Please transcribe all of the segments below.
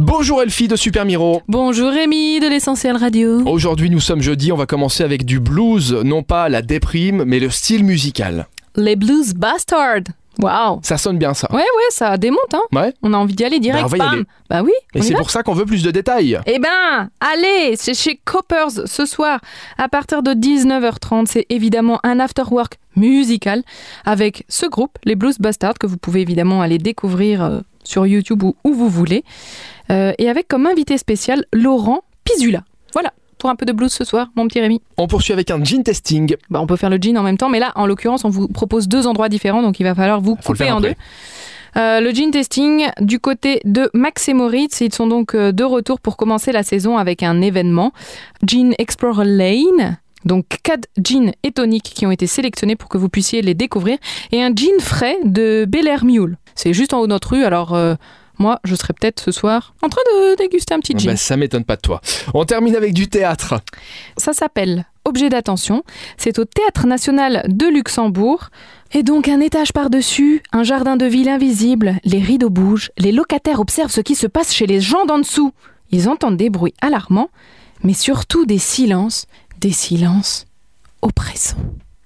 Bonjour Elfie de Super Miro. Bonjour Rémi de l'Essentiel Radio. Aujourd'hui nous sommes jeudi, on va commencer avec du blues, non pas la déprime, mais le style musical. Les Blues Bastards. Waouh. Ça sonne bien ça. Ouais, ouais, ça démonte, hein. Ouais. On a envie d'y aller direct. on va y bam. aller. Bah oui. on Et y c'est va. pour ça qu'on veut plus de détails. Eh ben, allez, c'est chez Coppers ce soir à partir de 19h30. C'est évidemment un after-work musical avec ce groupe, les Blues Bastards, que vous pouvez évidemment aller découvrir euh, sur YouTube ou où vous voulez. Euh, et avec comme invité spécial Laurent Pizula. Voilà, pour un peu de blues ce soir, mon petit Rémi. On poursuit avec un jean testing. Bah, on peut faire le jean en même temps, mais là, en l'occurrence, on vous propose deux endroits différents, donc il va falloir vous Faut le couper faire en deux. après. Euh, le jean testing du côté de Max et Moritz, ils sont donc euh, de retour pour commencer la saison avec un événement, Jean Explorer Lane. Donc quatre jeans et toniques qui ont été sélectionnés pour que vous puissiez les découvrir et un jean frais de Bel Air Mule. C'est juste en haut de notre rue, alors euh, moi je serai peut-être ce soir en train de déguster un petit jean. Bah, ça m'étonne pas de toi. On termine avec du théâtre. Ça s'appelle Objet d'attention. C'est au Théâtre national de Luxembourg. Et donc un étage par-dessus, un jardin de ville invisible, les rideaux bougent, les locataires observent ce qui se passe chez les gens d'en dessous. Ils entendent des bruits alarmants, mais surtout des silences, des silences oppressants.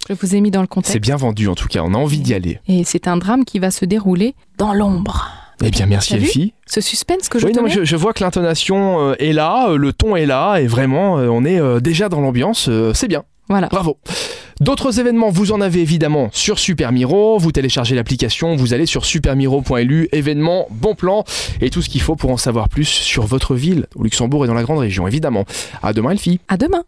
Je vous ai mis dans le C'est contexte. bien vendu en tout cas, on a envie d'y aller. Et c'est un drame qui va se dérouler dans l'ombre. Eh bien merci T'as vu Elfie. Ce suspense que je oui, te non, mais mets, je, je vois que l'intonation euh, est là, euh, le ton est là, et vraiment, euh, on est euh, déjà dans l'ambiance, euh, c'est bien. Voilà. Bravo. D'autres événements, vous en avez évidemment sur Super Miro. Vous téléchargez l'application, vous allez sur supermiro.lu, événements, bon plan et tout ce qu'il faut pour en savoir plus sur votre ville, au Luxembourg et dans la grande région, évidemment. À demain, Elfie. À demain.